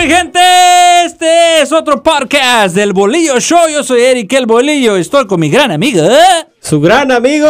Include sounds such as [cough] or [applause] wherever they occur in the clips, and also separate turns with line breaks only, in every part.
mi gente? Este es otro podcast del Bolillo Show. Yo soy Eric El Bolillo. Estoy con mi gran ¿eh? amiga.
Su gran amigo,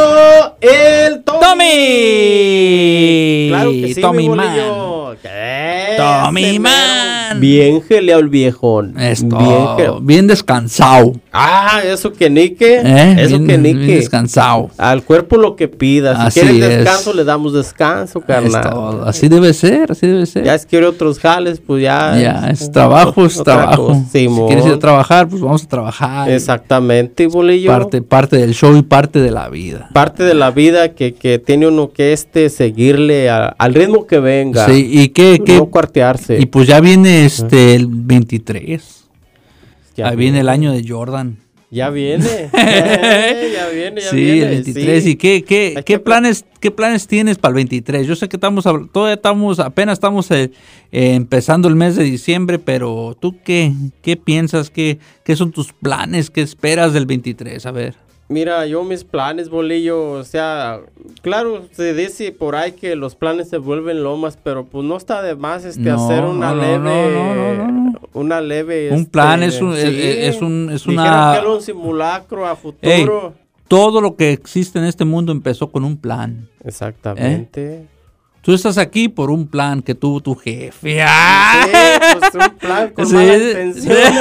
el Tommy.
¡Tommy!
Claro que sí,
Tommy
mi
Man.
bolillo. ¿Qué?
Tommy
Ese mero.
Man.
Bien geleado el viejón.
Esto,
Bien
bien,
geleado.
descansado.
Ah, eso que nique.
¿eh?
Eso
bien,
que
bien
nique.
descansado.
Al cuerpo lo que pida. Si
Así
quieren
es.
descanso, le damos descanso,
Es
carnal.
todo. Así debe ser, así debe ser.
Ya si quiere otros jales, pues ya.
Ya, es trabajo, es
otra
trabajo.
cosa,
Si
Simón.
quieres ir a trabajar, pues vamos a trabajar.
Exactamente, bolillo.
Parte, parte del show y parte de la vida.
parte de la vida que, que tiene uno que este seguirle a- al ritmo que venga.
Sí, y qué, qué-
No cuartearse.
y pues ya viene este el 23.
Ya
Ahí viene el año de Jordan.
Ya
[laughs]
viene. Eh, ya viene, ya
sí,
viene.
el 23.
sí.
¿Y qué, qué,
Hay
qué
que pre-
planes, qué planes tienes para el 23? Yo sé que estamos, habl- todavía estamos, apenas estamos eh, eh, empezando el mes de diciembre, pero ¿tú qué, qué piensas? ¿Qué, ¿Qué son tus planes? ¿Qué esperas del 23? A ver.
Mira, yo mis planes, bolillo, o sea, claro, se dice por ahí que los planes se vuelven lomas, pero pues no está de más este
No,
hacer una
no, no,
leve,
no, no, no, no.
una leve.
Un
este,
plan es un- es- es un- es
Dijeron
una-
que era un simulacro a
Ey,
futuro.
todo lo que existe en este mundo empezó con un plan.
Exactamente.
¿Eh? Tú estás aquí por un plan que tuvo tu jefe.
Sí,
¡Ah!
pues, un plan
[laughs]
con
Sí,
malas
sí.
intenciones.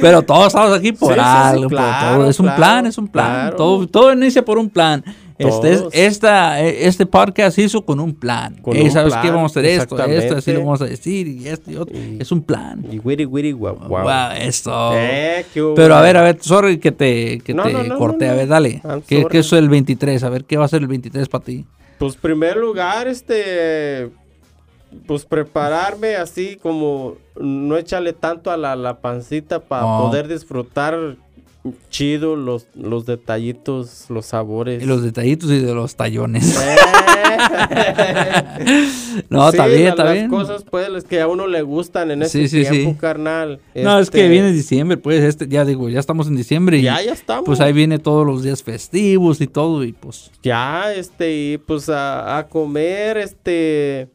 Pero todos estamos aquí por
Sí, sí, sí,
algo. por
claro,
todo. Es un
claro,
plan, es un plan.
claro.
Todo, todo inicia por un plan. Este, es-
Todos.
esta, eh, este podcast hizo con un plan.
Con
Ey,
un
¿Sabes
plan,
qué? Vamos a hacer esto, esto, así
exactamente.
lo vamos a decir y esto y otro.
Y-
Es un plan.
Y wiri wiri guau guau.
Wow, esto.
Eh, qué hubo.
Pero a ver, a ver, sorry que te, que
No,
te
no, no,
corté.
no,
A
no.
ver, dale.
I'm
¿Qué,
sorry.
¿Qué es el 23? A ver, ¿qué va a ser el 23 para ti?
Pues primer lugar, este, pues prepararme así como no echarle tanto a la, la pancita para
Oh.
poder disfrutar chido los, los detallitos, los sabores.
Y
[laughs]
los detallitos y de los tallones.
Eh.
[laughs] No,
Sí,
está bien,
la-
está
las
bien.
cosas pues las que a uno le gustan en
Sí,
este
sí, sí.
tiempo, carnal.
No, es que
Este,
viene diciembre, pues, este, ya digo, ya estamos en diciembre y
Ya, ya estamos.
pues ahí viene todos los días festivos y todo y pues...
Ya, este, y pues a, a comer, este,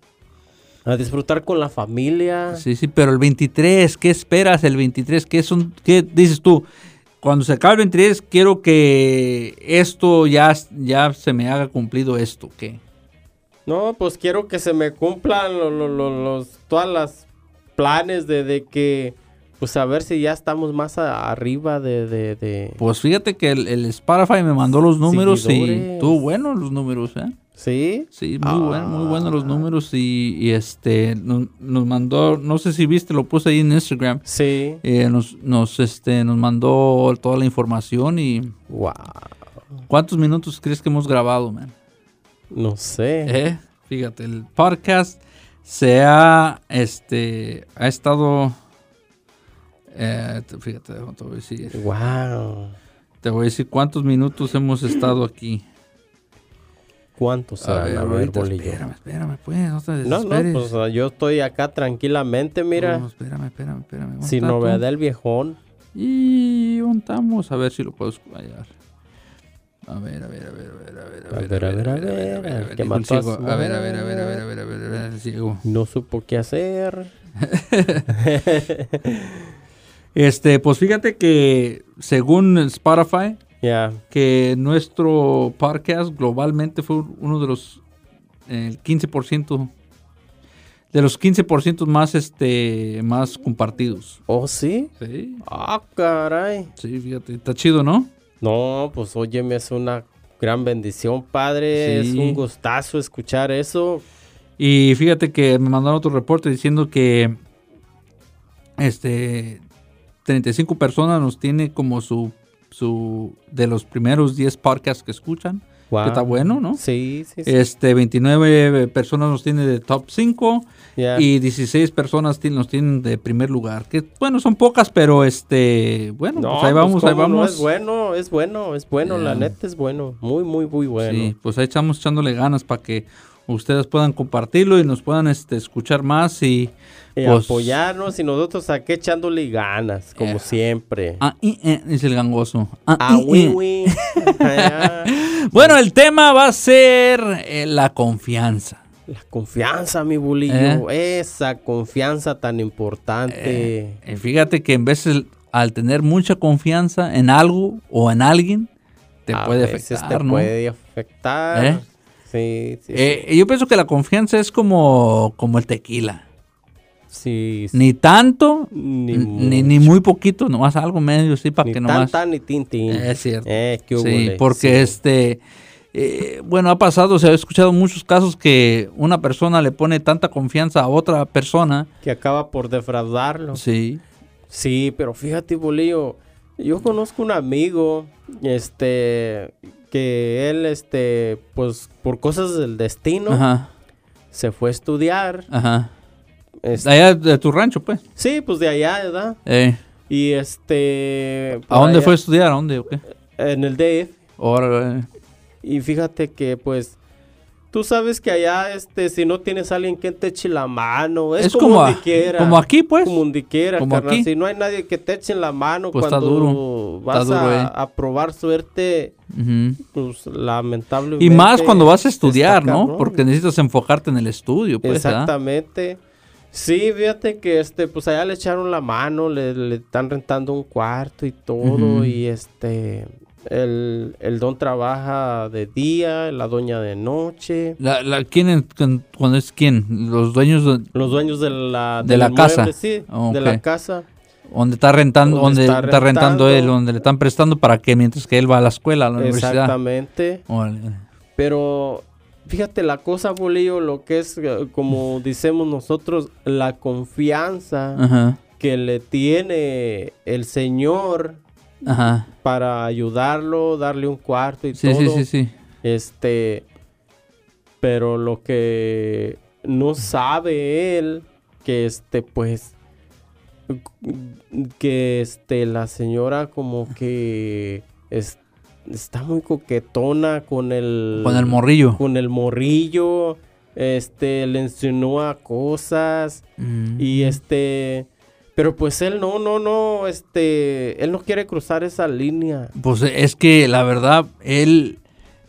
a disfrutar con la familia.
Sí, sí, pero el 23, ¿qué esperas el 23? ¿Qué, son, qué dices tú? Cuando se acabe el 23, quiero que esto ya, ya se me haga cumplido esto, ¿qué?
No, pues quiero que se me cumplan lo- lo- lo- los, todas las planes de, de que, pues a ver si ya estamos más a- arriba de, de, de-
Pues fíjate que el, el Spotify me mandó los números y
Seguidores.
estuvo bueno los números, ¿eh?
¿Sí?
Sí, muy bueno, muy bueno los
Ah.
números y, y, este nos, nos mandó, no sé si viste, lo puse ahí en Instagram.
Sí.
Eh, nos, nos, este, nos mandó toda la información y
Wow.
¿cuántos minutos crees que hemos grabado, man?
No sé.
Eh, Fíjate, el podcast se ha, este, ha estado, eh, te- fíjate, te voy a decir,
Wow.
te voy a decir cuántos minutos hemos estado aquí.
¿Cuántos
A
harán?
ver,
A ver,
ahorita,
bolillo.
espérame, espérame, pues, no te
No, no,
desesperes.
pues ah, yo estoy acá tranquilamente,
No,
mira.
espérame, espérame, espérame. ¿dónde
Sin
está tú?
novedad el viejón.
Y montamos, a ver si lo puedo hallar. A ver, a ver, a ver, a ver, a ver,
A ver, a ver, a ver, el
dijo
que
el
mató a
ciego.
su
A ver, a ver, a ver, a ver,
madre.
a ver, a ver, a ver, el ciego.
No supo qué hacer.
Este, pues fíjate que según Spotify,
Ya.
que nuestro podcast globalmente fue uno de los el 15% de los 15% más este más compartidos.
¿Oh, sí?
Sí.
Ah, caray.
Sí, fíjate, está chido, ¿no?
No, pues óyeme, es una gran bendición, padre. Es
Sí.
un gustazo escuchar eso.
Y fíjate que me mandaron otro reporte diciendo que este 35 personas nos tiene como su su de los primeros 10 podcasts que escuchan,
Wow.
que está bueno, ¿no?
Sí, sí, sí.
Este 29 personas nos tiene de top 5
Ya.
y 16 personas ti- nos tienen de primer lugar, que bueno, son pocas, pero este, bueno,
No,
pues ahí
pues,
vamos, ahí
cómo no,
vamos.
es bueno, es bueno, es bueno, la
Ya.
neta es bueno. Muy, muy, muy bueno.
Sí, pues ahí estamos echándole ganas para que ustedes puedan compartirlo y nos puedan este, escuchar más y
Y
pues,
apoyarnos y nosotros aquí echándole ganas, como
Ya.
siempre.
Ah, y, eh, dice el gangoso. Ah,
Ah,
y,
oui,
eh. [laughs]
oui. Ya.
Bueno, el tema va a ser eh, la confianza.
La confianza, mi bulillo. Esa confianza tan importante.
Eh, eh, fíjate que en veces al tener mucha confianza en algo o en alguien, te
A
puede
veces
afectar,
te
¿no?
puede afectar.
¿Eh?
Sí, sí,
Eh, yo pienso que la confianza es como, como el tequila.
sí. sí.
Ni tanto,
Ni,
ni, ni,
mucho.
muy poquito, nomás algo medio, sí, para
Ni
que
tan,
nomás...
tan, ni tin, tin.
Es cierto.
Eh, qué
Sí,
hubole.
porque
Sí.
este, eh, bueno, ha pasado, se ha escuchado muchos casos que una persona le pone tanta confianza a otra persona.
Que acaba por defraudarlo.
Sí.
Sí, pero fíjate, Bolillo, yo conozco un amigo, este, que él, este, pues, por cosas del destino,
Ajá,
se fue a estudiar.
ajá.
este,
Allá de tu rancho, pues.
sí, pues de allá, ¿verdad?
Eh,
Y este...
¿A
por
dónde
allá-
fue a estudiar? ¿A dónde? o qué?
En el DF.
Ahora, eh,
Y fíjate que, pues, tú sabes que allá, este, si no tienes a alguien que te eche la mano, es,
es, como, a-
comundiquera.
como aquí, pues.
comundiquera,
Como
carnal.
aquí.
Si no hay nadie que te eche la mano
Pues está
cuando
duro,
vas
está duro,
a,
eh.
a probar suerte,
Ujú.
pues lamentablemente.
Y más cuando vas a estudiar,
está
¿no?
cabrón.
Porque necesitas enfocarte en el estudio, pues. ¿verdad?
Exactamente. Sí, fíjate que este, pues allá le echaron la mano, le, le están rentando un cuarto y todo,
Ujú.
y este, el, el don trabaja de día, la doña de noche,
La, la- ¿Quién es, quién- cuando es quién? Los dueños de-
los dueños de la,
De la
del
casa.
mueble, sí,
Ah,
de
ok.
la casa.
donde está rentando, donde,
Donde
está,
está
rentando
rentando.
él, donde le están prestando para que mientras que él va a la escuela, a la universidad.
Exactamente.
Órale.
Pero fíjate la cosa, Bolillo, lo que es, eh, como
[laughs]
decimos nosotros, la confianza
Ajá.
que le tiene el Señor
Ajá.
para ayudarlo, darle un cuarto y
Sí,
todo.
sí, sí, sí.
Este, pero lo que no sabe él, que este, pues, que este, la señora como que es- está muy coquetona con el...
Con el morrillo.
Con el morrillo, este, le insinúa cosas
Mm.
y este... Pero pues él no, no, no, este, él no quiere cruzar esa línea.
Pues es que la verdad, él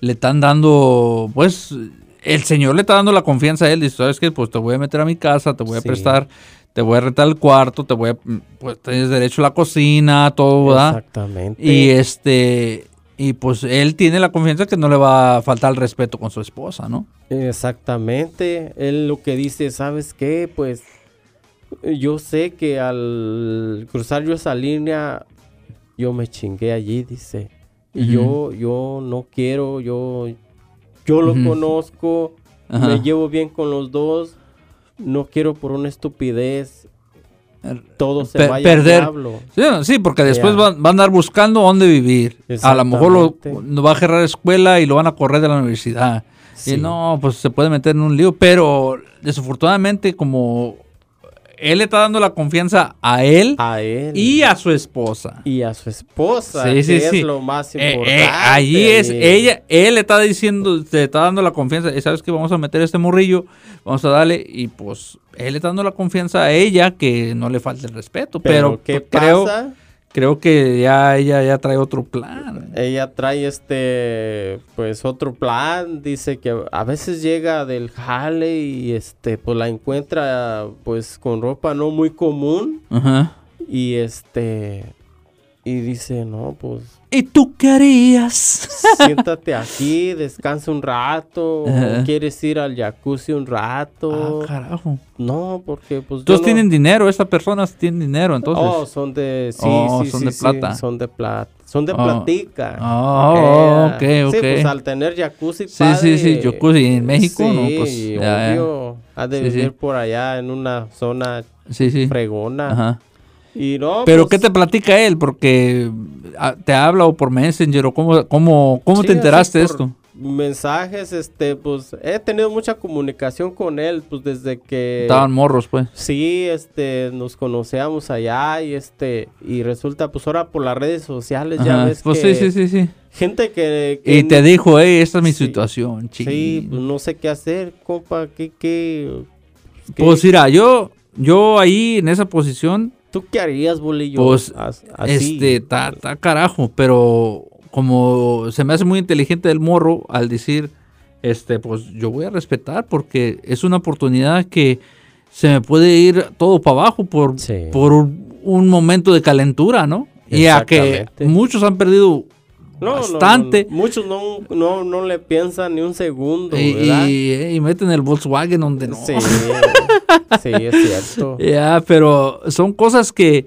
le están dando, pues, el señor le está dando la confianza a él. Dice, ¿sabes qué? Pues te voy a meter a mi casa, te voy a
Sí.
prestar, te voy a rentar el cuarto, te voy a, pues, tienes derecho a la cocina, todo, ¿verdad?
Exactamente.
Y este, y pues él tiene la confianza que no le va a faltar el respeto con su esposa, ¿no?
Exactamente. Él lo que dice, ¿sabes qué? Pues yo sé que al cruzar yo esa línea, yo me chingué allí, dice. Y yo, yo no quiero, yo, yo lo
Ujú.
conozco,
Ajá.
me llevo bien con los dos, no quiero por una estupidez todo se
Pe-
vaya al
perder.
diablo.
Sí, no, sí, porque después
Ya.
van, van a andar buscando dónde vivir. A lo mejor lo,
Exactamente.
no va a cerrar escuela y lo van a correr de la universidad.
Sí.
Y no, pues se puede meter en un lío. Pero desafortunadamente, como él le está dando la confianza a él
A él
y a su esposa.
y a su esposa,
Sí,
que
sí,
es
sí.
lo más
Eh, eh,
importante.
allí es,
amigo.
ella, él le está diciendo, te está dando la confianza, eh, sabes que vamos a meter este morrillo, vamos a darle, y pues él le está dando la confianza a ella que no le falta el respeto. Pero,
¿qué
pues, creo,
pasa?
creo que ya ella ya trae otro plan.
Ella trae este, pues otro plan, dice que a veces llega del jale y este, pues la encuentra pues con ropa no muy común
Ajá.
y este, y dice, no, pues
¿Y tú qué harías? [laughs]
siéntate aquí, descansa un rato, o
Ajá.
quieres ir al jacuzzi un
Ah,
rato,
carajo.
no, porque pues... yo
Entonces
no-
tienen dinero, estas personas tienen dinero, entonces.
Oh, son de, sí,
Oh,
sí,
son
sí,
de
sí,
plata.
son de plata, son de
Oh.
platica.
Oh, ok,
Eh,
ok.
Sí, pues al tener jacuzzi,
Sí, sí, sí,
padre,
jacuzzi en México, no,
sí,
pues, ya, ya.
obvio, ha de
Sí, sí.
vivir por allá en una zona
Sí, sí.
fregona.
Ajá.
Y no,
Pero
pues,
¿qué te platica él? Porque ah, te habla o por Messenger o cómo, cómo, cómo
sí,
te
así
enteraste de
por
esto.
Mensajes, este, pues, he tenido mucha comunicación con él, pues, desde que...
Estaban morros, pues.
Sí, este, nos conocíamos allá y este, y resulta, pues, ahora por las redes sociales ya
Ajá.
ves
Pues
que...
sí, sí, sí, sí.
Gente que... que
Y te
no-
dijo, hey, esta es mi
Sí.
situación, chico.
Sí, pues, no sé qué hacer, compa, qué, qué... qué-
Pues mira, yo, yo ahí en esa posición,
¿Tú qué harías, bolillo?
Pues,
As- así.
este, ta, ta carajo, pero como se me hace muy inteligente el morro al decir, este, pues yo voy a respetar porque es una oportunidad que se me puede ir todo para abajo por,
Sí.
por un, un momento de calentura, ¿no? Y a que
Exactamente.
muchos han perdido
No, no,
bastante.
no, no. muchos no, no, no le piensan ni un segundo,
y,
¿verdad?
y- y meten el Volkswagen donde no.
Sí, [laughs] sí,
[laughs]
es cierto.
Ya, pero son cosas que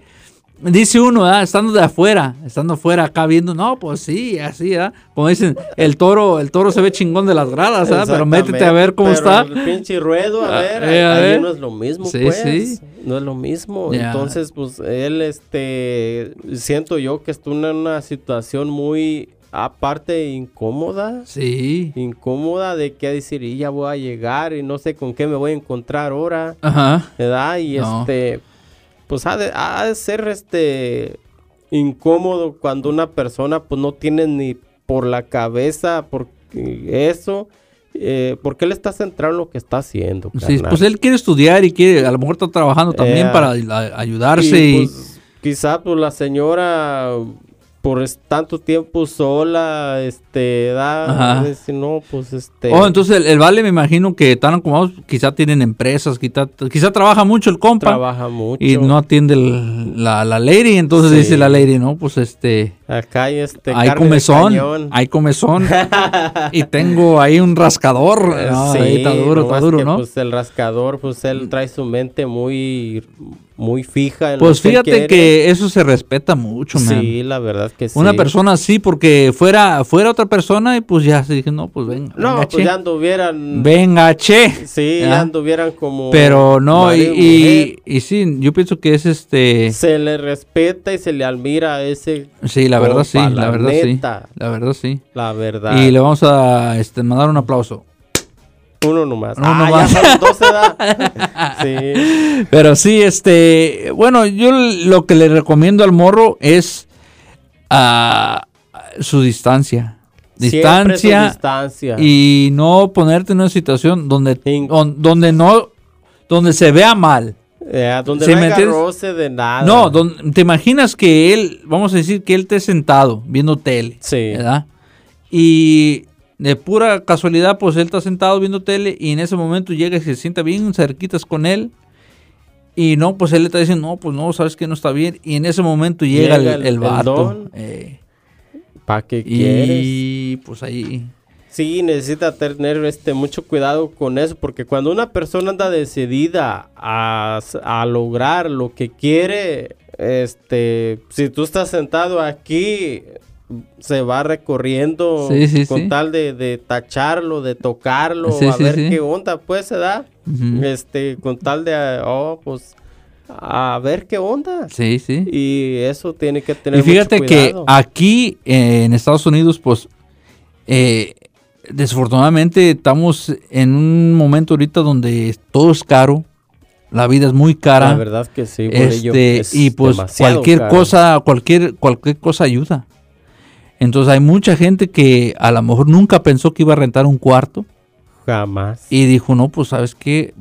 dice uno, ¿verdad? estando de afuera, estando afuera acá viendo, no, pues sí, así, ¿verdad? como dicen, el toro, el toro se ve chingón de las gradas, ¿verdad? pero
Exactamente.
métete a ver cómo
Pero
está.
El pinche ruedo, a
Ah,
ver,
eh, a
ahí
ver.
no es lo mismo,
Sí,
pues.
sí.
No es lo mismo.
Ya.
Entonces, pues él, este, siento yo que estuvo en una situación muy, aparte, e incómoda.
Sí.
Incómoda de que decir, y ya voy a llegar y no sé con qué me voy a encontrar ahora,
Ajá.
¿verdad? Y
No.
este, pues ha de, ha de ser, este, incómodo cuando una persona, pues no tiene ni por la cabeza, por eso, eh, porque él está centrado en lo que está haciendo.
Sí,
carnal.
pues él quiere estudiar y quiere, a lo mejor está trabajando también
Eh,
para a-
Y,
ayudarse y,
pues, quizá pues la señora por es- tanto tiempo sola, este, da,
Ajá.
decir, no, pues este.
Oh, entonces el, el vale me imagino que están acomodados, quizá tienen empresas, quizá, quizá trabaja mucho el compa
trabaja mucho.
y no atiende el- la, la lady, entonces
Sí.
dice la lady, no, pues este,
Acá hay este.
hay
carne de
comezón,
cañón.
hay
[laughs]
comezón y tengo ahí un rascador,
Eh,
no, ahí está duro, está
nomás
duro,
que,
¿no? Mm. Pues,
Pues el rascador, pues él trae su mente muy, muy fija. En lo él
Pues fíjate
quiere.
que eso se respeta mucho, man.
Sí, la verdad que sí.
Una persona así, porque fuera, fuera otra persona y pues ya se dije, no, pues venga,
No,
venga,
pues
che,
ya mm, anduvieran.
venga, che.
sí,
¿Ah?
ya anduvieran como.
Pero no, y,
marido mujer.
y, y sí, yo pienso que es este...
Se le respeta y se le admira a ese.
Sí, la verdad
compa,
sí, la verdad sí.
neta,
La verdad sí.
La verdad.
Y le vamos a este, mandar un aplauso.
Uno nomás.
Uno
ah,
nomás.
ya son 12
[laughs]
da. sí.
Pero sí, este, bueno, yo lo que le recomiendo al morro es ah, su distancia.
Siempre su
Distancia
distancia.
y no ponerte en una situación donde,
In-
don- donde no, donde se vea mal.
Eh, donde
¿Sí
no
me
haya
entiendes?
roce de nada.
No, don- te imaginas que él, vamos a decir que él esté sentado viendo tele,
Sí.
¿verdad? Y de pura casualidad, pues él está sentado viendo tele y en ese momento llega y se sienta bien cerquitas con él. Y no, pues él le está diciendo, no, pues no, sabes que no está bien. Y en ese momento llega,
Llega
el,
el-
el
el
vato.
don.
eh,
¿Para qué quieres?
y pues ahí.
Sí, necesita tener este, mucho cuidado con eso, porque cuando una persona anda decidida a, s- a lograr lo que quiere, este, si tú estás sentado aquí, se va recorriendo
Sí, sí,
con
sí.
tal de, de tacharlo, de tocarlo,
Sí,
a
sí,
ver
sí.
qué onda, pues se da,
Ujú.
este, con tal de, oh, pues, a ver qué onda.
Sí, sí.
Y eso tiene que tener
Y fíjate
mucho
que
cuidado.
aquí eh, en Estados Unidos, pues, eh, desafortunadamente estamos en un momento ahorita donde todo es caro, la vida es muy cara.
La verdad que sí, por ello
este,
es
y pues
demasiado
cualquier
caro.
cosa, cualquier, cualquier cosa ayuda. Entonces hay mucha gente que a lo mejor nunca pensó que iba a rentar un cuarto
Jamás.
y dijo, no, pues sabes qué,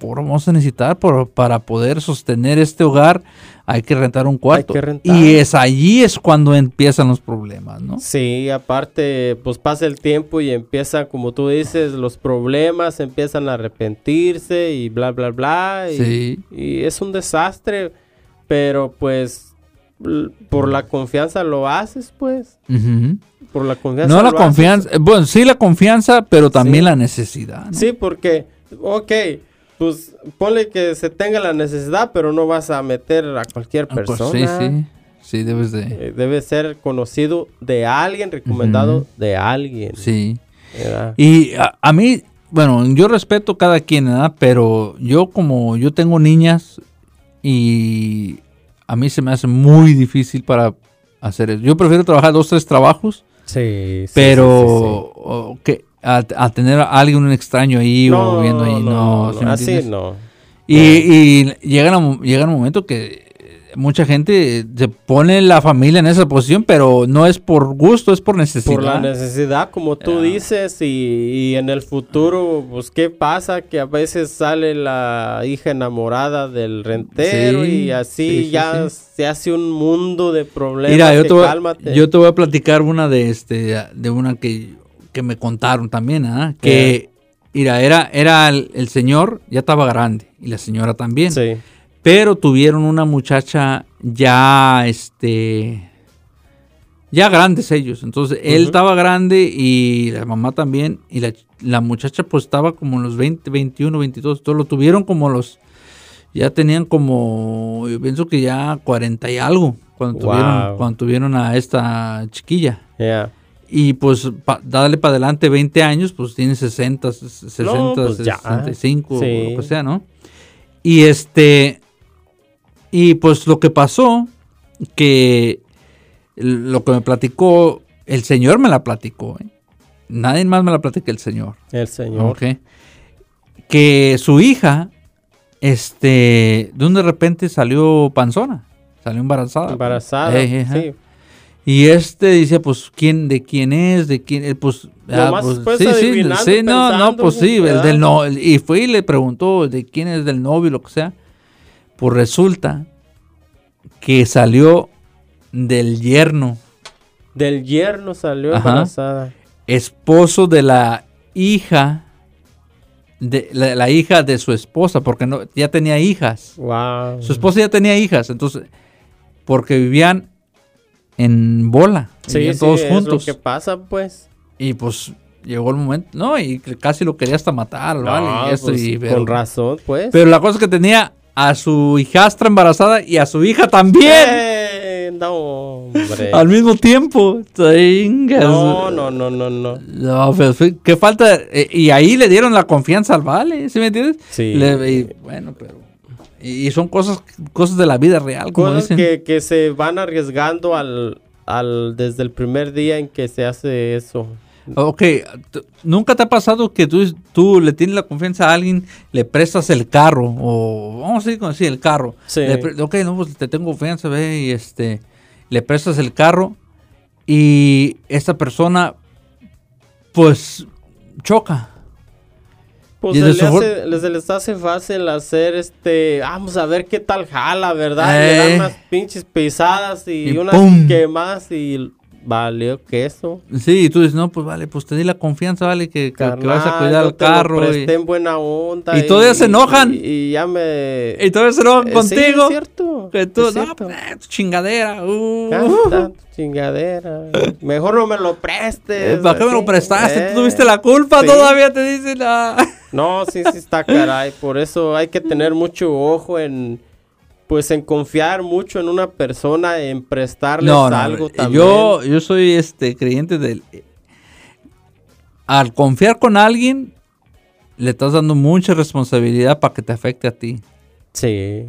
por vamos a necesitar por- para poder sostener este hogar, hay que rentar un cuarto.
que rentar.
Y es allí es cuando empiezan los problemas, ¿no?
Sí, aparte, pues pasa el tiempo y empiezan, como tú dices, los problemas, empiezan a arrepentirse y bla, bla, bla. Y,
Sí.
y es un desastre, pero pues l- por la confianza lo haces, pues.
Ujú.
Por la confianza.
No la
lo haces.
confianza, eh, bueno, sí la confianza, pero también
Sí.
la necesidad. ¿no?
Sí, porque, ok, pues ponle que se tenga la necesidad, pero no vas a meter a cualquier
Ah, pues,
persona.
sí, sí, sí, debes de...
Eh, Debe ser conocido de alguien, recomendado
Ujú.
de alguien.
Sí.
¿verdad?
Y a, a mí, bueno, yo respeto cada quien, ¿verdad? Pero yo como yo tengo niñas y a mí se me hace muy difícil para hacer eso. Yo prefiero trabajar dos, tres trabajos,
Sí, sí,
pero
sí, sí, sí.
o que a, a tener a alguien un extraño ahí o viendo ahí, no, ¿sí me
así
entiendes?
no.
Y, y llegan a mo- llega un momento que eh, mucha gente se pone la familia en esa posición, pero no es por gusto, es por necesidad.
Por la necesidad, como tú
Ya.
dices, y, y en el futuro, pues, ¿qué pasa? Que a veces sale la hija enamorada del rentero
Sí,
y así
sí, sí,
ya
sí.
se hace un mundo de problemas.
Mira, yo
que
te, voy,
cálmate.
yo te voy a platicar una de este de una que que me contaron también, ¿ah? que mira, era, era el, el señor ya estaba grande y la señora también.
Sí.
Pero tuvieron una muchacha ya, este, ya grandes ellos. Entonces, él
Ujú.
estaba grande y la mamá también. Y la, la muchacha pues estaba como en los 20, 21, 22. Entonces, lo tuvieron como los, ya tenían como, yo pienso que ya 40 y algo cuando, tuvieron,
Wow.
cuando tuvieron a esta chiquilla.
ya.
Y pues pa- darle para adelante 20 años, pues tiene 60, 60,
No, pues ya.
65,
Sí.
o lo que sea, ¿no? Y este, y pues lo que pasó, que lo que me platicó, el señor me la platicó, ¿eh? Nadie más me la platica el señor.
El Señor.
Ok. Que su hija, este, de un de repente salió panzona, salió embarazada.
Embarazada.
Ey, ey, ajá.
sí.
Y este dice, pues, ¿quién, de quién es? ¿De quién? eh, pues,
Nomás
pues,
puedes
sí, sí,
adivinando,
sí, no, no,
pensando,
pues sí, el
¿verdad?
del no, el- y fue y le preguntó de quién es del novio, lo que sea. Pues resulta que salió del yerno,
Del yerno salió
Ajá.
embarazada.
esposo de la hija, de la, la hija de su esposa, porque no, ya tenía hijas.
Wow.
Su esposa ya tenía hijas, entonces, porque vivían en bola,
Sí,
vivían
sí,
todos
es
juntos.
lo que pasa, pues.
Y pues llegó el momento, no, y que casi lo quería hasta matar,
No,
¿vale? Y esto,
pues,
y- pero,
con razón, pues.
pero la cosa es que tenía a su hijastra embarazada y a su hija también
Eh, no, hombre.
al mismo tiempo. Chingas.
No, no, no, no, no.
No, pero fue- qué falta. eh, y ahí le dieron la confianza al vale, ¿sí me entiendes?
Sí.
Le- y, bueno, pero. Y, y son cosas, cosas de la vida real, como
Cosas
dicen.
que, que se van arriesgando al, al desde el primer día en que se hace eso.
Ok, t- ¿nunca te ha pasado que tú, tú le tienes la confianza a alguien, le prestas el carro, o vamos a decir con- sí, el carro?
Sí.
Le pre- ok, no, pues te tengo confianza, ve, y este, le prestas el carro y esta persona, pues, choca.
Pues
Y
se,
de
le
su for-
hace- se les hace fácil hacer este. Vamos a ver qué tal jala, ¿verdad? Le
Eh.
dan unas pinches pisadas y,
Y
unas
¡pum!
quemadas y valió queso.
Sí, y tú dices, no, pues vale, pues te di la confianza, vale, que, que- que vas a
Carnal,
cuidar
yo
el
te lo
carro. Y,
presté en buena onda.
y todavía se enojan.
Y, y ya me.
y todavía se enojan
Eh, Sí,
contigo.
es cierto.
que tú,
es
no,
cierto.
eh, tu chingadera. uh.
Canta, tu chingadera. Mejor no me lo prestes.
Eh, ¿Para qué me lo
así.
prestaste?
Eh,
Tú tuviste la culpa,
Pues, sí.
todavía te dicen. ah.
No, sí, sí está caray. Por eso hay que tener mucho ojo en. Pues en confiar mucho en una persona, en prestarles
No, no,
algo también.
yo, yo soy este creyente del. Al confiar con alguien, le estás dando mucha responsabilidad para que te afecte a ti.
Sí.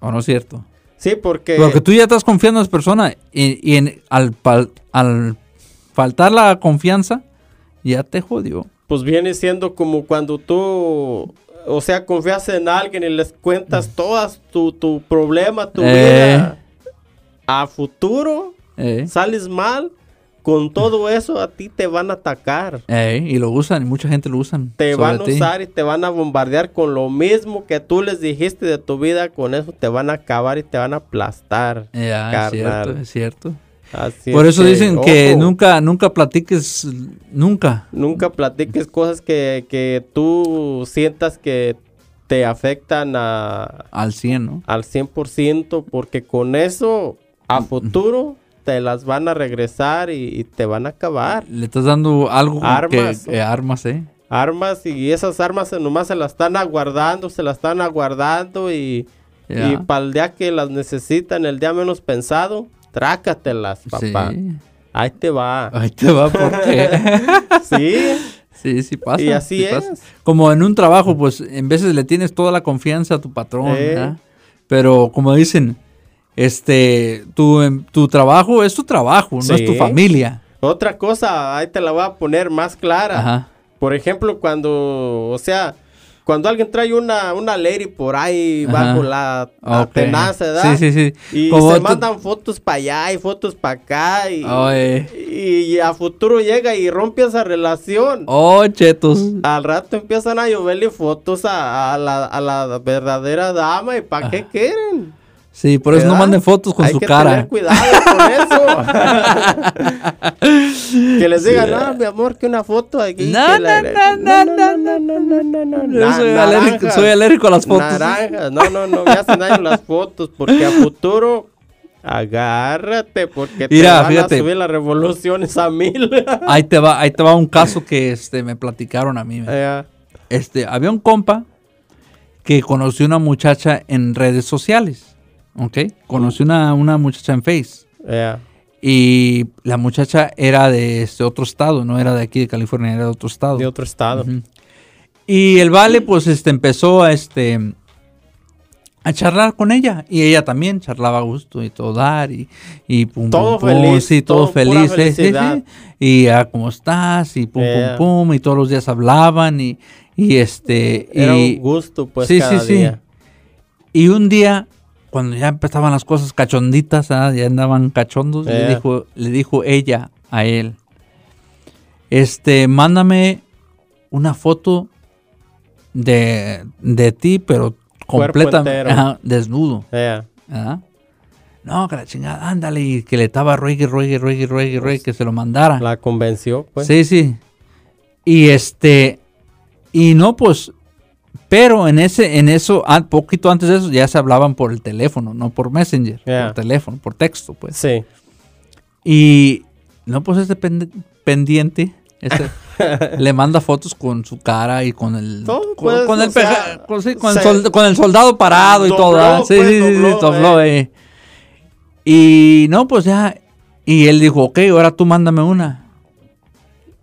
¿O no es cierto?
Sí, porque.
Porque tú ya estás confiando en las personas y, y en- al, pal- al faltar la confianza, ya te jodió.
pues viene siendo como cuando tú, o sea, confías en alguien y les cuentas todas tu, tu problema, tu
Mm. Eh.
vida a futuro,
Eh,
sales mal, con
Mm.
todo eso a ti te van a atacar.
eh, y lo usan, y mucha gente lo usan.
Te
sobre
van a
ti.
usar y te van a bombardear con lo mismo que tú les dijiste de tu vida, con eso te van a acabar y te van a aplastar.
Ya, es
carnal.
cierto, es cierto.
Así
Por
es
eso dicen que
Este, ojo,
nunca, nunca platiques, nunca.
Nunca platiques cosas que, que tú sientas que te afectan a,
Al 100, ¿no?
al 100% porque con eso
Mm,
a futuro te las van a regresar y, y te van a acabar.
Le estás dando algo como
Armas.
que que armas, ¿eh?
Armas y esas armas se- nomás se las están aguardando, se las están aguardando y,
Ya.
para el día que las necesitan, el día menos pensado, trácatelas, papá.
Sí.
Ahí te va.
[laughs] Ahí te va porque
[laughs] sí,
sí, sí pasa.
y así
sí
es.
pasa. Como en un trabajo, pues en veces le tienes toda la confianza a tu patrón,
Eh.
¿verdad? Pero como dicen, este, tu, em- tu trabajo es tu trabajo, no es tu
Sí.
familia.
Otra cosa, ahí te la voy a poner más clara.
Ajá.
Por ejemplo, cuando, o sea, cuando alguien trae una, una lady por ahí bajo
Ajá.
la, la
Ok.
tenaza, ¿verdad?
Sí, sí, sí.
Y
Como
se
tú- Oh,
mandan fotos para allá y fotos para acá y,
Oye.
y a futuro llega y rompe esa relación.
Oh, chetos.
Al rato empiezan a lloverle fotos a, a la, a la verdadera dama y para qué quieren.
Sí, Ah. por eso no
¿Verdad?
manden fotos con
Hay
su
que
cara.
Tener cuidado
[laughs]
con eso. que les digan, no, mi amor, que una foto aquí.
No,
que la-
no, no, no,
no, no, no, no, no,
Yo
na-
soy, alérgico,
naranjas,
soy alérgico a las fotos.
Naranjas, no, no, no, me hacen daño las fotos porque a futuro. Agárrate porque te
Mira,
van
fíjate.
a subir las revoluciones a mil.
Ahí te va, ahí te va un caso que este me platicaron a mí. me-
Ya.
Este, había un compa que conoció una muchacha en redes sociales. ¿Ok? Conoció una, una muchacha en Face.
Ya.
Y la muchacha era de este otro estado, no era de aquí de California, era de otro estado.
de otro estado.
Oh. Ujú. Y el vale, pues, este, empezó a este a charlar con ella. Y ella también charlaba a gusto y todo dar. Y, y pum,
Todo
pum, pum,
feliz,
sí, todo,
todo pura
feliz. sí, sí,
felicidad. Eh.
sí. Y ah, ¿cómo estás? Y pum,
Yeah.
pum, pum. Y todos los días hablaban. Y, y este.
Era
y,
un gusto, pues,
sí,
cada
sí, sí.
día.
y un día, cuando ya empezaban las cosas cachonditas, ah, ya andaban cachondos, le,
Yeah.
dijo, le dijo ella a él, este, mándame una foto de, de ti, pero
Cuerpo entero.
completamente desnudo.
Ya.
¿ah? No, que la chingada, ándale, y que le estaba ruegue, ruegue, ruegue, ruegue,
Pues,
ruegue, que se lo mandara.
La convenció, pues.
Ah. Sí, sí. Y este, y no, pues, pero en ese, en eso, ah, poquito antes de eso, ya se hablaban por el teléfono, no por Messenger,
Yeah.
por teléfono, por texto, pues.
Sí.
Y no, pues este pende- pendiente,
[laughs]
este, le manda fotos con su cara y con el,
Todo,
con,
pues,
con el
o sea,
peja- con, sí, con el
se-
solda- con el soldado parado y
Dobló,
todo, ¿verdad? sí,
pues,
sí, sí, sí,
dobló,
dobló, eh. Y no, pues ya, y él dijo, ok, ahora tú mándame una.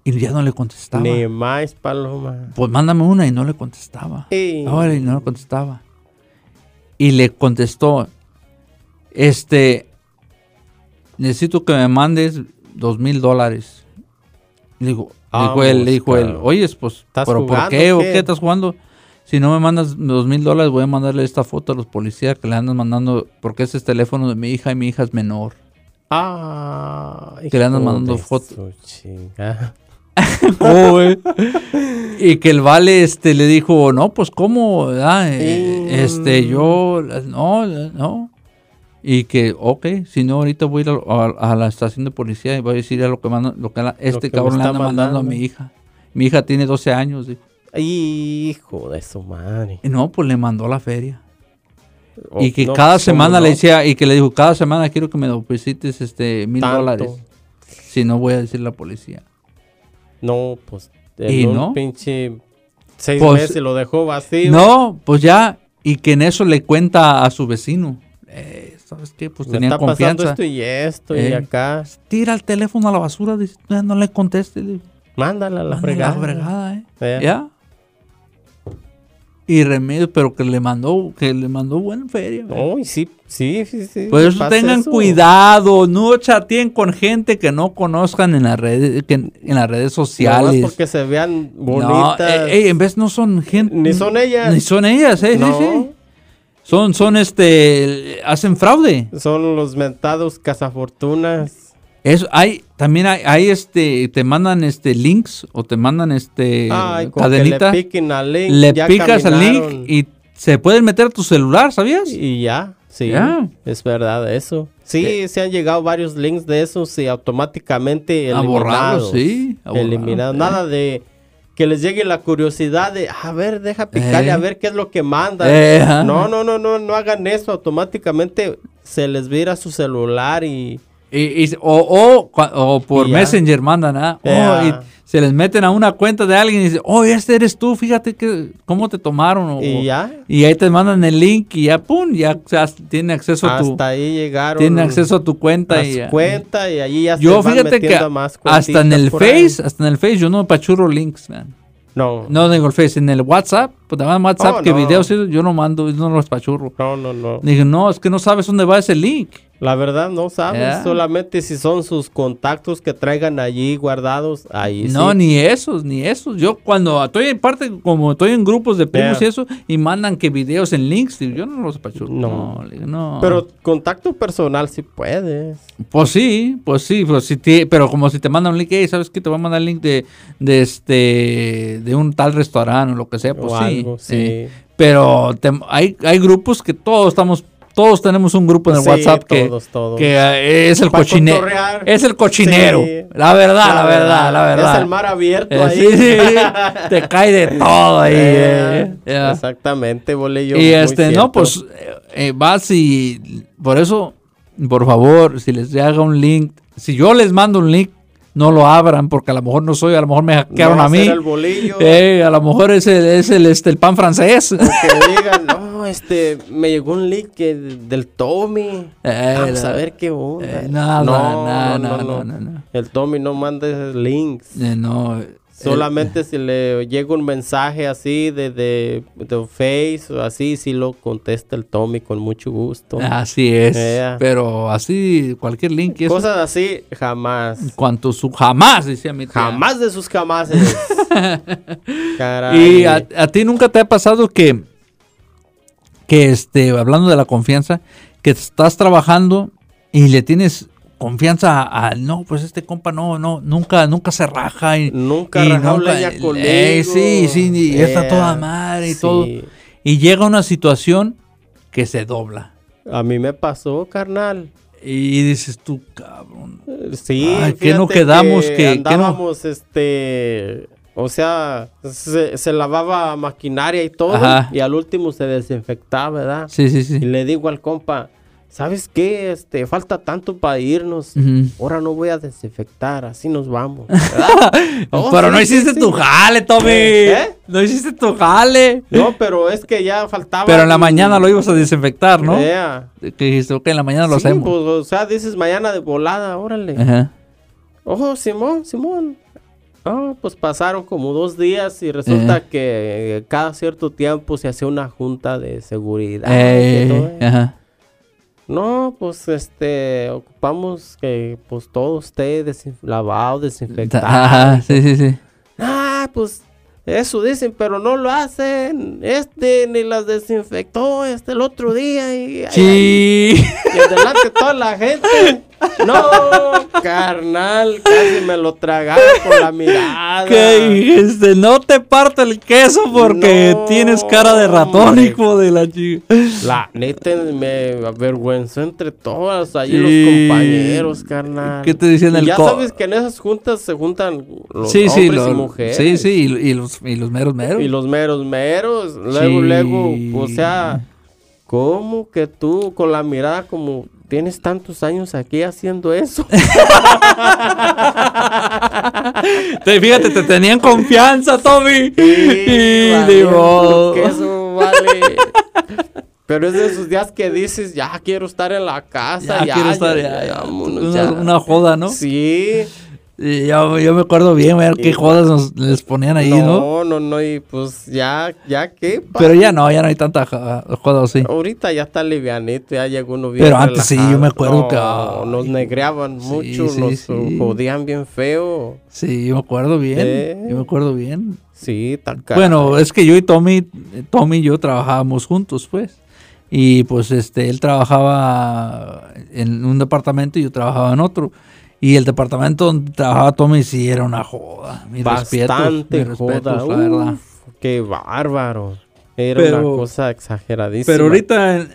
Y ya no le contestaba.
Ni más, Paloma.
Pues mándame una y no le contestaba.
Ey.
Ahora y no le contestaba. Y le contestó, este, necesito que me mandes dos mil dólares. Le digo, le dijo él, le
Vamos,
dijo él,
cabrón.
oye, pues,
¿Estás
¿pero por
jugando
qué?
o
¿O
qué?
qué estás jugando? Si no me mandas dos mil dólares, voy a mandarle esta foto a los policías que le andan mandando, porque ese es teléfono de mi hija y mi hija es menor.
Ah,
Que le andan
hijo
mandando
de
foto.
su chinga. [laughs]
Y que el vale este le dijo, no, pues cómo, ¿verdad? Eh,
Mm.
este, yo, no, no. Y que, ok, si no, ahorita voy a ir a, a- a la estación de policía y voy a decir a lo que, manda, lo que la- este
que me
cabrón le
está
anda mandando a
mandando.
mi hija. Mi hija tiene 12 años. dijo.
Hijo de su madre.
Y no, pues le mandó la feria.
O-
y que
Oh, no, pues,
cada
¿cómo
semana le
no?
decía, y que le dijo, cada semana quiero que me deposites este mil
Tanto.
dólares. Si no, voy a decir a la policía.
No, pues. en
¿Y
un
no?
pinche. Seis
Pues-
meses lo dejó vacío.
No, pues ya, y que en eso le cuenta a su vecino. Eh, ¿Sabes qué? Pues
Me
tenían
está pasando
confianza.
esto y esto y
Eh.
acá.
Tira el teléfono a la basura, dice, "Eh, no, no le conteste. le-
Mándala a la
"Manda
fregada.
fregada, ¿eh?
Eh,
¿Ya? Y remedio, pero que le mandó, que le mandó buena feria. ¿eh?
No, y sí, sí, sí. sí,
Por
que
eso
pase
tengan
eso.
cuidado, no chateen con gente que no conozcan en las redes, que en, en las redes
No es
sociales.
porque se vean
No,
bonitas.
eh, ey, en vez no son gente.
Ni son ellas.
Ni son ellas, eh, sí,
No,
sí. Son, son este, hacen fraude.
Son los mentados cazafortunas.
Eso, hay, también hay, hay, este, te mandan este links o te mandan este
Ay, con
cadenita. Le,
que le piquen al link. ya
picas al
caminaron.
link y se pueden meter a tu celular, ¿sabías?
Y ya, sí.
Ya. Eh.
Es verdad eso. Sí, se han llegado varios links de esos y automáticamente
A borrarlos,
eliminados.
sí, a borrarlos,
eliminados.
eh.
Nada de que les llegue la curiosidad de, a ver, deja picarle
Eh.
a ver qué es lo que mandan.
Eh, ajá.
No, no, no, no, no hagan eso. Automáticamente se les vira su celular y...
Y- y- o, o cua- o por
Y ya.
Messenger mandan, ¿ah? Oh,
Ya.
y se les meten a una cuenta de alguien y dicen, oh, este eres tú, fíjate que, cómo te tomaron. o-
Y ya.
y ahí te mandan el link y ya, pum, ya, ya tiene acceso a tu,
Hasta ahí llegaron.
tiene acceso a tu cuenta.
las
Y ya.
cuentas y allí ya se
Yo
van
fíjate que
metiendo más
hasta en
cuentitas
el
por ahí.
Face, hasta en el Face yo no pachurro links, man.
No, no,
No digo el Face, en el WhatsApp, pues te mandan WhatsApp
Oh,
que
no.
videos y- yo no mando, yo no los pachurro.
no, no, no.
Dije, no, es que no sabes dónde va ese link.
La verdad no sabes,
Ya.
solamente si son sus contactos que traigan allí guardados, ahí
No,
sí.
ni esos, ni esos. Yo cuando estoy en parte, como estoy en grupos de primos
Yeah.
y eso, y mandan que videos en links, digo, yo no los apachurro.
No.
No, le digo, no.
Pero contacto personal sí puedes.
Pues sí, pues sí, pues sí, te- pero como si te mandan un link, hey, ¿sabes qué? Te voy a mandar el link de, de este, de un tal restaurante o lo que sea, pues
o
sí.
algo, sí.
eh, pero te- hay, hay grupos que todos estamos Todos tenemos un grupo en el
Sí,
WhatsApp que,
todos, todos.
que, eh, es el
Pa'
cochinero.
cotorrear.
Es el cochinero.
Sí.
La verdad, la, verdad, la verdad.
Es el mar abierto
Eh,
ahí.
sí, sí, sí.
[laughs]
te cae de todo ahí. eh,
Eh,
ya.
Exactamente, bole yo.
Y
muy
este, no,
cierto.
pues eh, eh, vas y por eso, por favor, si les haga un link, si yo les mando un link, no lo abran porque a lo mejor no soy, a lo mejor me hackearon
No
a mí.
hacer el bolillo.
Eh, a lo mejor es el, es el, este, el pan
[laughs]
francés.
Que digan, no, este, me llegó un link que- del Tommy.
Eh,
Vamos
la-
a ver qué onda.
eh, nada, nada, no, no, no.
El Tommy no manda esos links.
Eh, no, eh,
Solamente si le llega un mensaje así de, de, de Face o así, si lo contesta el Tommy con mucho gusto.
así es.
Eh.
Pero así, cualquier link. Ah, Eso,
Cosas así, jamás.
cuanto su jamás, decía mi tía.
Jamás de
[laughs]
sus jamases. Caray.
Y a, a ti nunca te ha pasado que, que este, hablando de la confianza, que estás trabajando y le tienes confianza a, a- no, pues este compa no, no, nunca, nunca se raja y
Nunca
y
rajado
nunca-
leña conmigo.
eh, sí, sí, y está
Yeah.
toda madre y
Sí.
todo. Y llega una situación que se dobla.
A mí me pasó, carnal.
Y dices tú, cabrón.
Eh, Sí.
Ay, ¿qué no
fíjate
quedamos que- que no?
andábamos, este... O sea, se, se lavaba maquinaria y todo.
Ajá.
Y al último se desinfectaba, ¿verdad?
Sí, sí,
Y
sí.
le digo al compa, ¿sabes qué? Este, falta tanto para irnos.
Ujú.
Ahora no voy a desinfectar, así
[laughs]
nos vamos. Oh,
Pero
sí,
no
sí,
hiciste
sí.
tu jale, Tommy.
¿Eh?
No hiciste tu jale.
No, pero es que ya faltaba.
Pero en la
un-
mañana lo ibas a desinfectar, ¿no?
Yeah.
Que dijiste, ok, en la mañana lo
Sí,
hacemos.
pues, o sea, dices mañana de volada, órale.
Ajá.
Ojo, Simón, Simón. Ah, pues pasaron como dos días y resulta
Ajá.
que eh, cada cierto tiempo se hacía una junta de seguridad. y todo,
Eh,
eh.
ajá.
No, pues este, ocupamos que pues todo esté desin- lavado,
[laughs]
desinfectado.
Ajá, sí, sí, sí.
Ah, pues eso dicen, pero no lo hacen. Este ni las desinfectó, este el otro día y... ay,
Sí.
Y delante de toda la gente. No, carnal, casi me lo tragaba con la
[laughs]
mirada.
Que dijiste, no te parto el queso porque
No,
tienes cara de ratón,
hombre.
hijo de la chica.
La neta me avergüenzó entre todas ahí
Sí.
los compañeros, carnal.
¿Qué te decían
Y
el
Ya
co-
sabes que en esas juntas se juntan los
Sí,
hombres
sí,
y
lo-
mujeres.
sí, sí, y, y los, y los meros meros.
Y los meros meros, luego,
Sí.
luego, o sea, ¿cómo que tú con la mirada como tienes tantos años aquí haciendo eso?
Te- fíjate, te tenían confianza, Tommy. [laughs] y
valiendo
digo,
queso, vale. [laughs] Pero es de esos días que dices, ya quiero estar en la casa,
ya,
ya,
Ah, quiero estar,
ya,
ya,
ya,
ya,
vámonos,
una,
ya".
una joda, ¿no?
Sí.
Y yo, yo me acuerdo bien, ver qué jodas nos, les ponían ahí, ¿no?
no, no, no, y pues ya, ya qué. pa-
Pero ya no, ya no hay tanta ja- joda así.
Ahorita ya está livianito, ya llegó uno bien
Pero antes sí, yo me acuerdo
No,
que-
Nos negreaban
Sí,
mucho,
sí,
nos
sí.
jodían bien feo.
Sí, yo me acuerdo bien.
Eh.
Yo me acuerdo bien.
Sí, tal
Bueno, es que yo y Tommy, Tommy y yo trabajábamos juntos, pues. Y pues este, él trabajaba en un departamento y yo trabajaba en otro. Y el departamento donde trabajaba Tommy sí era una joda. Mis respetos,
bastante
mis
joda.
respetos, la verdad.
Uf, qué bárbaro. Era
Pero-
una cosa exageradísima.
Pero ahorita en,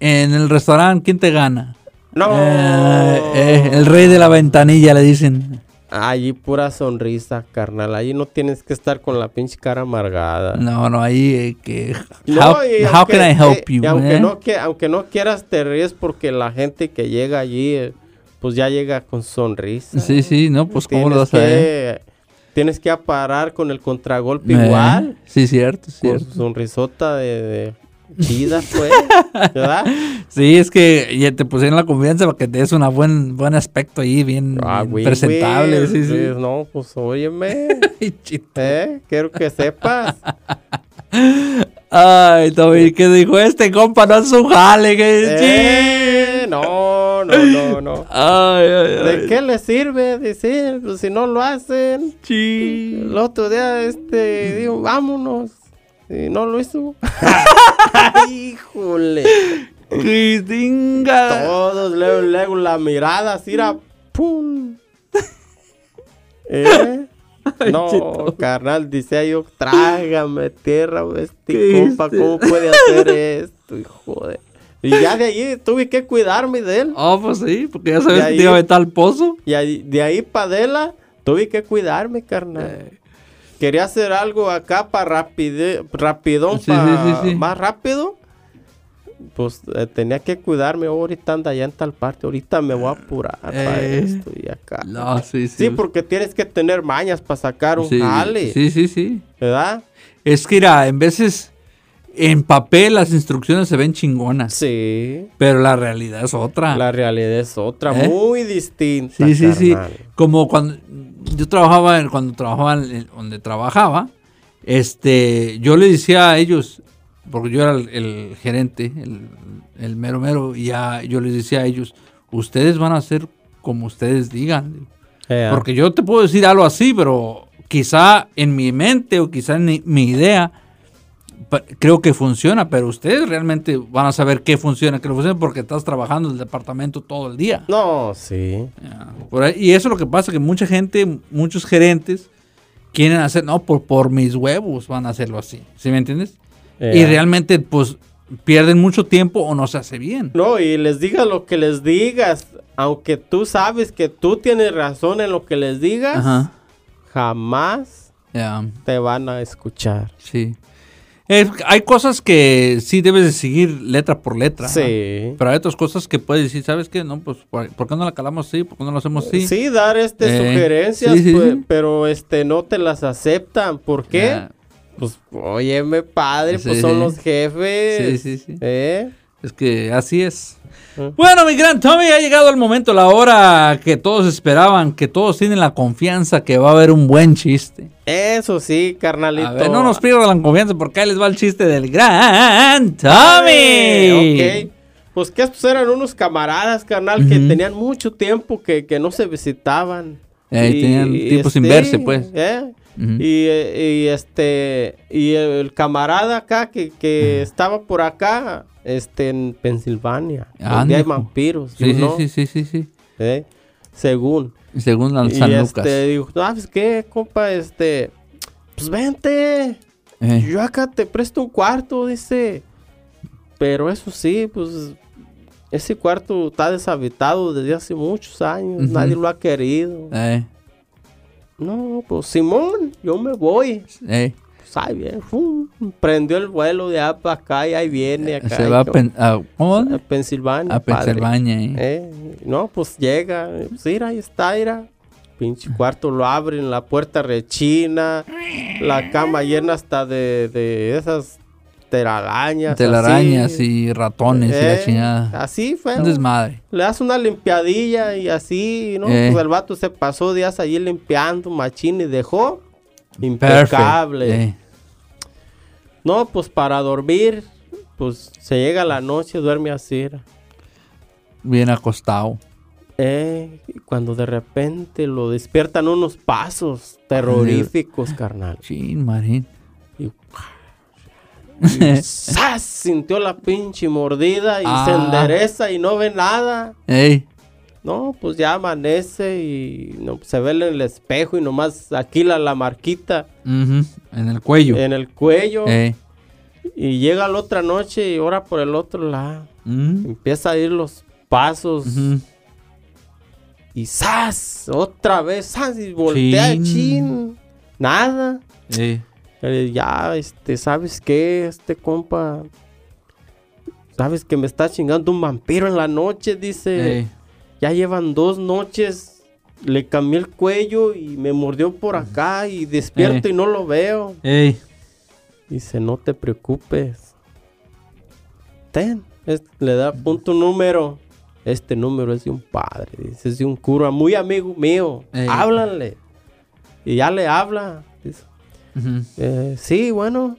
en el restaurante, ¿quién te gana?
No.
Eh, eh, el rey de la ventanilla, le dicen.
Allí pura sonrisa, carnal. Allí no tienes que estar con la pinche cara amargada.
No, no, ahí eh, que...
No,
how
y
how
aunque-
can I help
eh,
you?
y aunque,
eh?
no, que, aunque no quieras, te ríes porque la gente que llega allí, eh, pues ya llega con sonrisa.
Sí, sí, no, pues ¿cómo
Tienes
lo vas a ver?
que, Tienes que aparar con el contragolpe
Eh,
igual.
Sí, cierto,
Con
cierto.
su
[laughs]
sonrisota de, de chida, pues. ¿Verdad?
Mm, Sí, es que ya te pusieron la confianza para que te des un buen, buen aspecto ahí, bien,
Ah,
bien
güey,
presentable.
güey,
sí, sí.
pues, No, pues óyeme.
Ay, chito.
¿eh? Quiero que sepas.
Ay, Tommy, ¿qué dijo este compa? No es su jale, que
Eh, no, no, no, no.
Ay, ay, ay.
¿De qué le sirve decir? Pues si no lo hacen.
chi.
El otro día, este, digo, vámonos. Y no lo
[laughs]
hizo. Híjole.
Que tinga.
Todos luego, luego la mirada así era. ¡Pum! ¿Eh? No, carnal, dice yo, trágame tierra, güey, este
¿Qué
compa,
hiciste?
¿cómo puede hacer esto, hijo de? Y ya de ahí tuve que cuidarme de él.
Oh, pues sí, porque ya sabes
De
que te iba a
ahí-
meter al pozo.
Y ahí- de ahí para Adela tuve que cuidarme, carnal.
Eh,
Quería hacer algo acá para rapide, rapidón,
Sí,
pa'
sí, sí, sí.
más rápido. Pues eh, tenía que cuidarme. Oh, ahorita anda allá en tal parte. Ahorita me voy a apurar para
Eh,
esto y acá.
no, sí, sí.
Sí, porque tienes que tener mañas para sacar un
Sí,
jale,
Sí, sí, sí.
¿verdad?
Es que, mira, en veces en papel las instrucciones se ven chingonas,
Sí.
pero la realidad es otra.
La realidad es otra,
Ah. ¿Eh?
muy distinta.
Sí, sí, sí.
carnal.
Como cuando yo trabajaba, en- cuando trabajaba en- en donde trabajaba, este, yo le decía a ellos, porque yo era el, el gerente, el, el mero mero, y ya yo les decía a ellos, ustedes van a hacer como ustedes digan.
Eh,
Porque yo te puedo decir algo así, pero quizá en mi mente o quizá en mi, mi idea pa- creo que funciona, pero ustedes realmente van a saber qué funciona, qué no funciona, porque estás trabajando en el departamento todo el día.
No, sí.
Ya, por ahí- y eso es lo que pasa, que mucha gente, muchos gerentes quieren hacer, no, por, por mis huevos van a hacerlo así, ¿sí me entiendes?
Eh,
Y realmente pues pierden mucho tiempo o no se hace bien.
No, y les digas lo que les digas, aunque tú sabes que tú tienes razón en lo que les digas,
Ajá.
jamás
ya,
te van a escuchar.
sí. Es- hay cosas que sí debes de seguir letra por letra. ¿no?
Sí.
Pero hay otras cosas que puedes decir, ¿sabes qué? No, pues, ¿por, por qué no la calamos así? ¿Por qué no lo hacemos así?
Sí, dar este
Eh,
sugerencias,
sí, sí,
pues,
sí.
pero este no te las aceptan. ¿Por qué?
Ya,
Pues, óyeme, padre, pues
Sí.
son los jefes.
Sí, sí, sí.
¿Eh?
Es que así es.
Ah.
Bueno, mi gran Tommy, ha llegado el momento, la hora que todos esperaban, que todos tienen la confianza que va a haber un buen chiste.
Eso sí, carnalito.
A ver, no nos pierdan la confianza porque ahí les va el chiste del gran Tommy.
Ok. Pues que estos eran unos camaradas, carnal, que
Ujú.
tenían mucho tiempo que, que no se visitaban. este,
Eh, tenían tiempo sin verse, pues.
¿eh?
Ujú.
Y, eh, y, este y el camarada acá que, que estaba por acá este en Pensilvania donde
Ande,
hay
hijo.
vampiros
Ah, Sí,
you
sí,
know,
sí, sí, sí, sí.
¿eh? según
Según la
y
San Lucas. Eh,
este dijo ah pues qué compa este pues vente
Eh,
yo acá te presto un cuarto, dice. Pero eso sí, pues ese cuarto está deshabitado desde hace muchos años.
Ujú.
Nadie lo ha querido.
eh,
No, pues Simón, yo me voy.
eh,
Pues ahí viene, fum, Prendió el vuelo de allá para acá y ahí viene. Acá,
Eh, Se
y
va a,
yo,
Pen- a- ¿cómo?
a Pensilvania.
A
padre.
Pensilvania. eh.
Eh, no, pues llega. Pues mira, ahí está, mira. Pinche cuarto lo abren, la puerta rechina, la cama llena hasta de, de esas telarañas.
Telarañas
así.
y ratones y
Eh,
la chingada.
Así fue.
Un desmadre.
Le das una limpiadilla y así, ¿no?
Eh.
Pues el vato se pasó días allí limpiando, machín, y dejó
Perfect.
impecable.
Eh,
No, pues para dormir, pues se llega la noche, duerme así. era.
bien acostado.
Eh, y cuando de repente lo despiertan unos pasos terroríficos, carnal.
Chin, marín.
Y,
Eh,
y ¡zas! sintió la pinche mordida y se
Ah.
endereza y no ve nada.
[laughs] Ey,
No, pues ya amanece y no, se ve en el espejo y nomás aquí la, la marquita
ujú, en el cuello.
en el cuello.
Ey,
Y llega la otra noche y ahora por el otro lado.
mm,
Empieza a ir los pasos.
ujú.
Y ¡zas! Otra vez, ¡zas! Y voltea,
Chin.
chin. Nada.
Ey,
Eh, ya, este, ¿sabes qué? Este compa. ¿Sabes que me está chingando un vampiro en la noche? Dice.
ey,
Ya llevan dos noches. Le cambié el cuello y me mordió por acá. Y despierto
Eh.
y no lo veo.
ey.
Dice, no te preocupes. Ten. es- le da punto número. Este número es de un padre. Dice, es de un cura muy amigo mío.
Ey.
Háblale. Y ya le habla. Dice,
ujú.
eh, sí, bueno.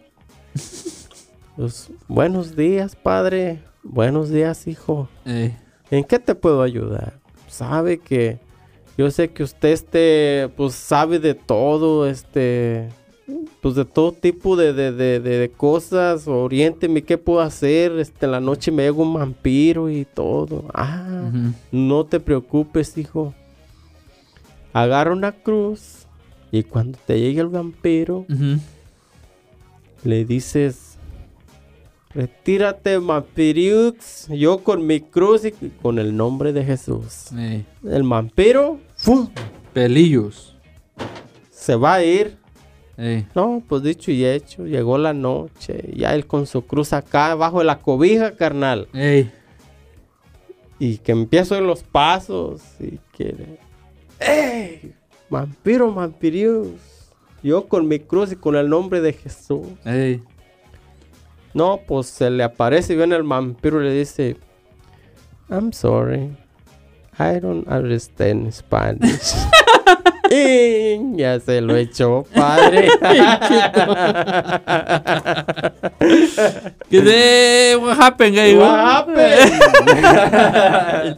Pues, buenos días, padre. Buenos días, hijo.
Ey,
¿En qué te puedo ayudar? Sabe que yo sé que usted este, pues sabe de todo, este, pues de todo tipo de, de, de, de- de cosas. Oriénteme, ¿qué puedo hacer? Este, en la noche me llega un vampiro y todo. Ah,
ujú.
no te preocupes, hijo. Agarra una cruz y cuando te llegue el vampiro,
Ujú.
le dices, Retírate, Mampiriux. Yo con mi cruz y con el nombre de Jesús.
Eh,
El Mampiro ¡fum!
pelillos.
se va a ir.
Eh,
No, pues dicho y hecho, llegó la noche. Ya él con su cruz acá, bajo de la cobija, carnal.
ey,
Y que empiezo en los pasos. Y que. ¡Ey! Vampiro, vampirios. Yo con mi cruz y con el nombre de Jesús.
ey,
No, pues se le aparece y viene el vampiro y le dice: I'm sorry. I don't
[laughs]
understand Spanish. Y ya se lo echó,
[laughs]
padre.
¿Qué de what happened, eh,
What
happened?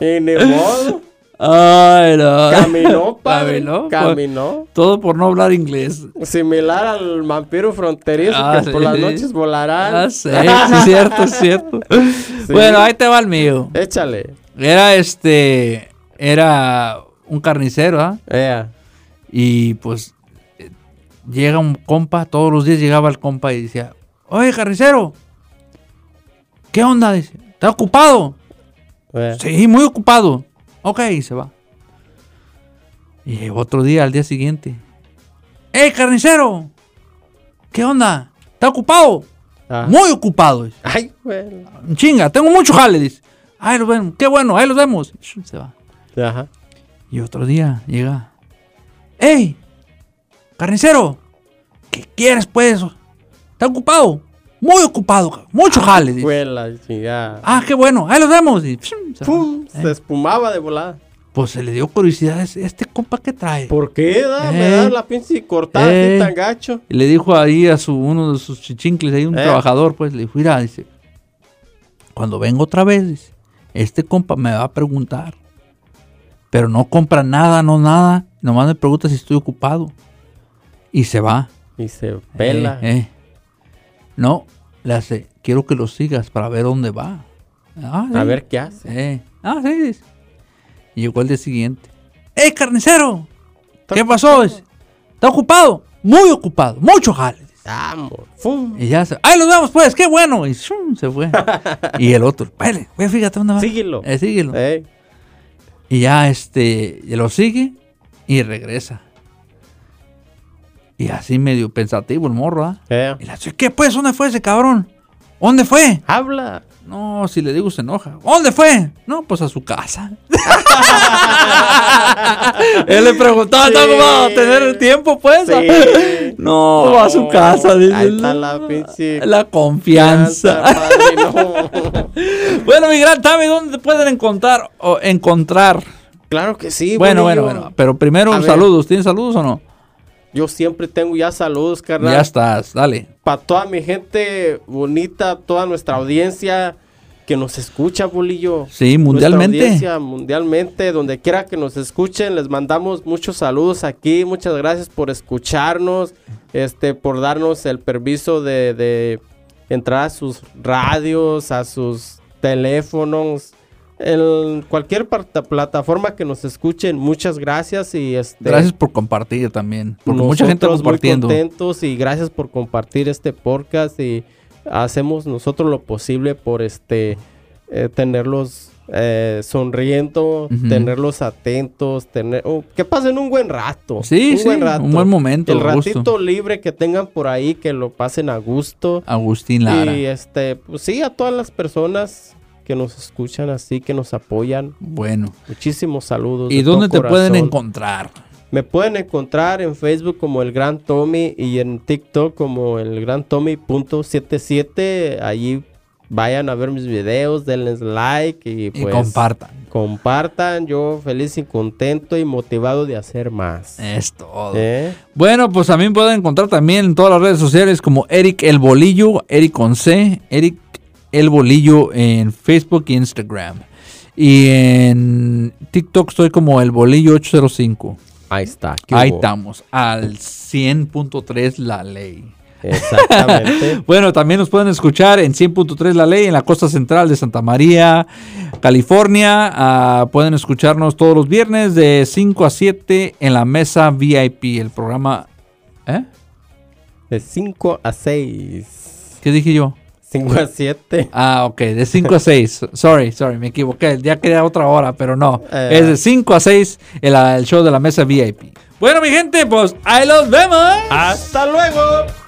y ni modo.
[laughs] Ay, no.
Caminó, padre.
[laughs] Caminó,
Caminó.
pues. Todo por no hablar inglés.
Similar al vampiro fronterizo
Ah,
que por
sí.
las noches volarán. [laughs]
Ah, sí, sí, es cierto, es cierto. Bueno, ahí te va el mío.
Échale.
Era este. Era un carnicero, ¿ah?
Ea.
Y pues eh, llega un compa, todos los días llegaba el compa y decía, oye carnicero, ¿qué onda? Dice, ¿estás ocupado?
Ea.
Sí, muy ocupado. Ok, y se va. Y llegó otro día, al día siguiente. ¡Ey, carnicero! ¿Qué onda? ¿Estás ocupado?
Ah.
Muy ocupado. dice.
Ay, güey.
Chinga, tengo mucho jale, dice. Ahí lo vemos, qué bueno, ahí los vemos. Se va.
Ajá.
Y otro día llega. ¡Ey! Carnicero, ¿qué quieres pues? ¿Está ocupado? Muy ocupado, ca- mucho jale. dice.
Fue la chingada.
Ah, eh. qué bueno, ahí los vemos. y pshum, se va.
Pum, Se espumaba de volada.
Pues se le dio curiosidad, es- ¿este compa qué trae?
¿Por qué? da? Me
Ey.
da la pinche cortada así
Ey.
tan gacho.
Y le dijo ahí a su, uno de sus chichincles, ahí un
Eh.
trabajador, pues, le dijo, mira, dice, cuando vengo otra vez, dice, este compa me va a preguntar, pero no compra nada, no nada, nomás me pregunta si estoy ocupado. Y se va.
Y se pela.
Eh, eh. No, le hace, quiero que lo sigas para ver dónde va. Ah,
A
sí.
ver qué hace.
Eh, Ah, sí. dice. Y llegó el día siguiente. ¡Ey, carnicero! ¿Qué pasó? Dice, ¿Está ocupado? Muy ocupado, mucho jale. dice.
Vamos. Fum.
Y ya se. ¡Ay, los vemos, pues! ¡Qué bueno! Y shum, se
[laughs]
fue. y el otro, vale, güey, fíjate dónde va.
Síguelo.
Eh, síguelo.
Ey.
Y ya este. y Lo sigue y regresa. Y así medio pensativo el morro, ¿ah?
Ea.
Y la chica, ¿qué pues? ¿Dónde fue ese cabrón? ¿Dónde fue?
Habla.
No, si le digo se enoja. ¿Dónde fue? No, pues a su casa. [laughs] Él le preguntaba,
Sí.
¿cómo va a tener el tiempo, pues?
Sí.
[laughs] No, a su
No,
casa. dice,
Oh, ahí está
"No,
la pinche
la confianza.
Padre,
[laughs]
no.
bueno, mi gran Tami, ¿dónde te pueden encontrar? O encontrar?
Claro que sí.
bueno, bueno,
bolillo.
bueno. Pero primero,
A ver.
saludos. ¿Tienes saludos o no?
Yo siempre tengo ya saludos,
Ya
carnal.
estás, dale.
Para toda mi gente bonita, toda nuestra audiencia que nos escucha, bolillo.
Sí, mundialmente.
Nuestra audiencia mundialmente, donde quiera que nos escuchen, les mandamos muchos saludos aquí. Muchas gracias por escucharnos, este, por darnos el permiso de, de entrar a sus radios, a sus teléfonos, en cualquier parta- plataforma que nos escuchen. Muchas gracias y este.
Gracias por compartir también. Porque mucha
nosotros
gente compartiendo.
Muy contentos y gracias por compartir este podcast y hacemos nosotros lo posible por este eh, tenerlos eh, sonriendo,
Ujú.
tenerlos atentos, tener oh, que pasen un buen rato.
Sí,
un
sí, un buen momento,
El
a gusto.
ratito libre que tengan por ahí, que lo pasen a gusto.
Agustín Lara.
Y este, pues sí, a todas las personas que nos escuchan así, que nos apoyan.
Bueno.
Muchísimos saludos.
¿Y
pues de todo
dónde te pueden
corazón.
encontrar?
Me pueden encontrar en Facebook como el Gran Tommy y en TikTok como el Gran Tommy.77. Allí vayan a ver mis videos, denles like y
Y
pues
compartan.
compartan. Yo feliz y contento y motivado de hacer más.
Es todo.
¿Eh?
Bueno, pues también pueden encontrar también en todas las redes sociales como Eric El Bolillo, Eric con C, Eric El Bolillo en Facebook y Instagram. Y en TikTok estoy como El Bolillo 805.
Ahí está. ¿qué
Ahí
hubo?
estamos, al 100.3 la ley.
Exactamente.
[laughs] Bueno, también nos pueden escuchar en 100.3 La Ley en la costa central de Santa María, California. Ah, pueden escucharnos todos los viernes de 5 a 7 en la mesa VIP, el programa. ¿Eh?
De 5 a 6.
¿Qué dije yo?
5 a 7.
Ah, ok, de 5 a 6. Sorry, sorry, me equivoqué. Ya quería otra hora, pero no.
Eh.
Es de 5 a 6 el, el show de la mesa VIP. Bueno, mi gente, pues ahí los vemos.
¡Hasta luego!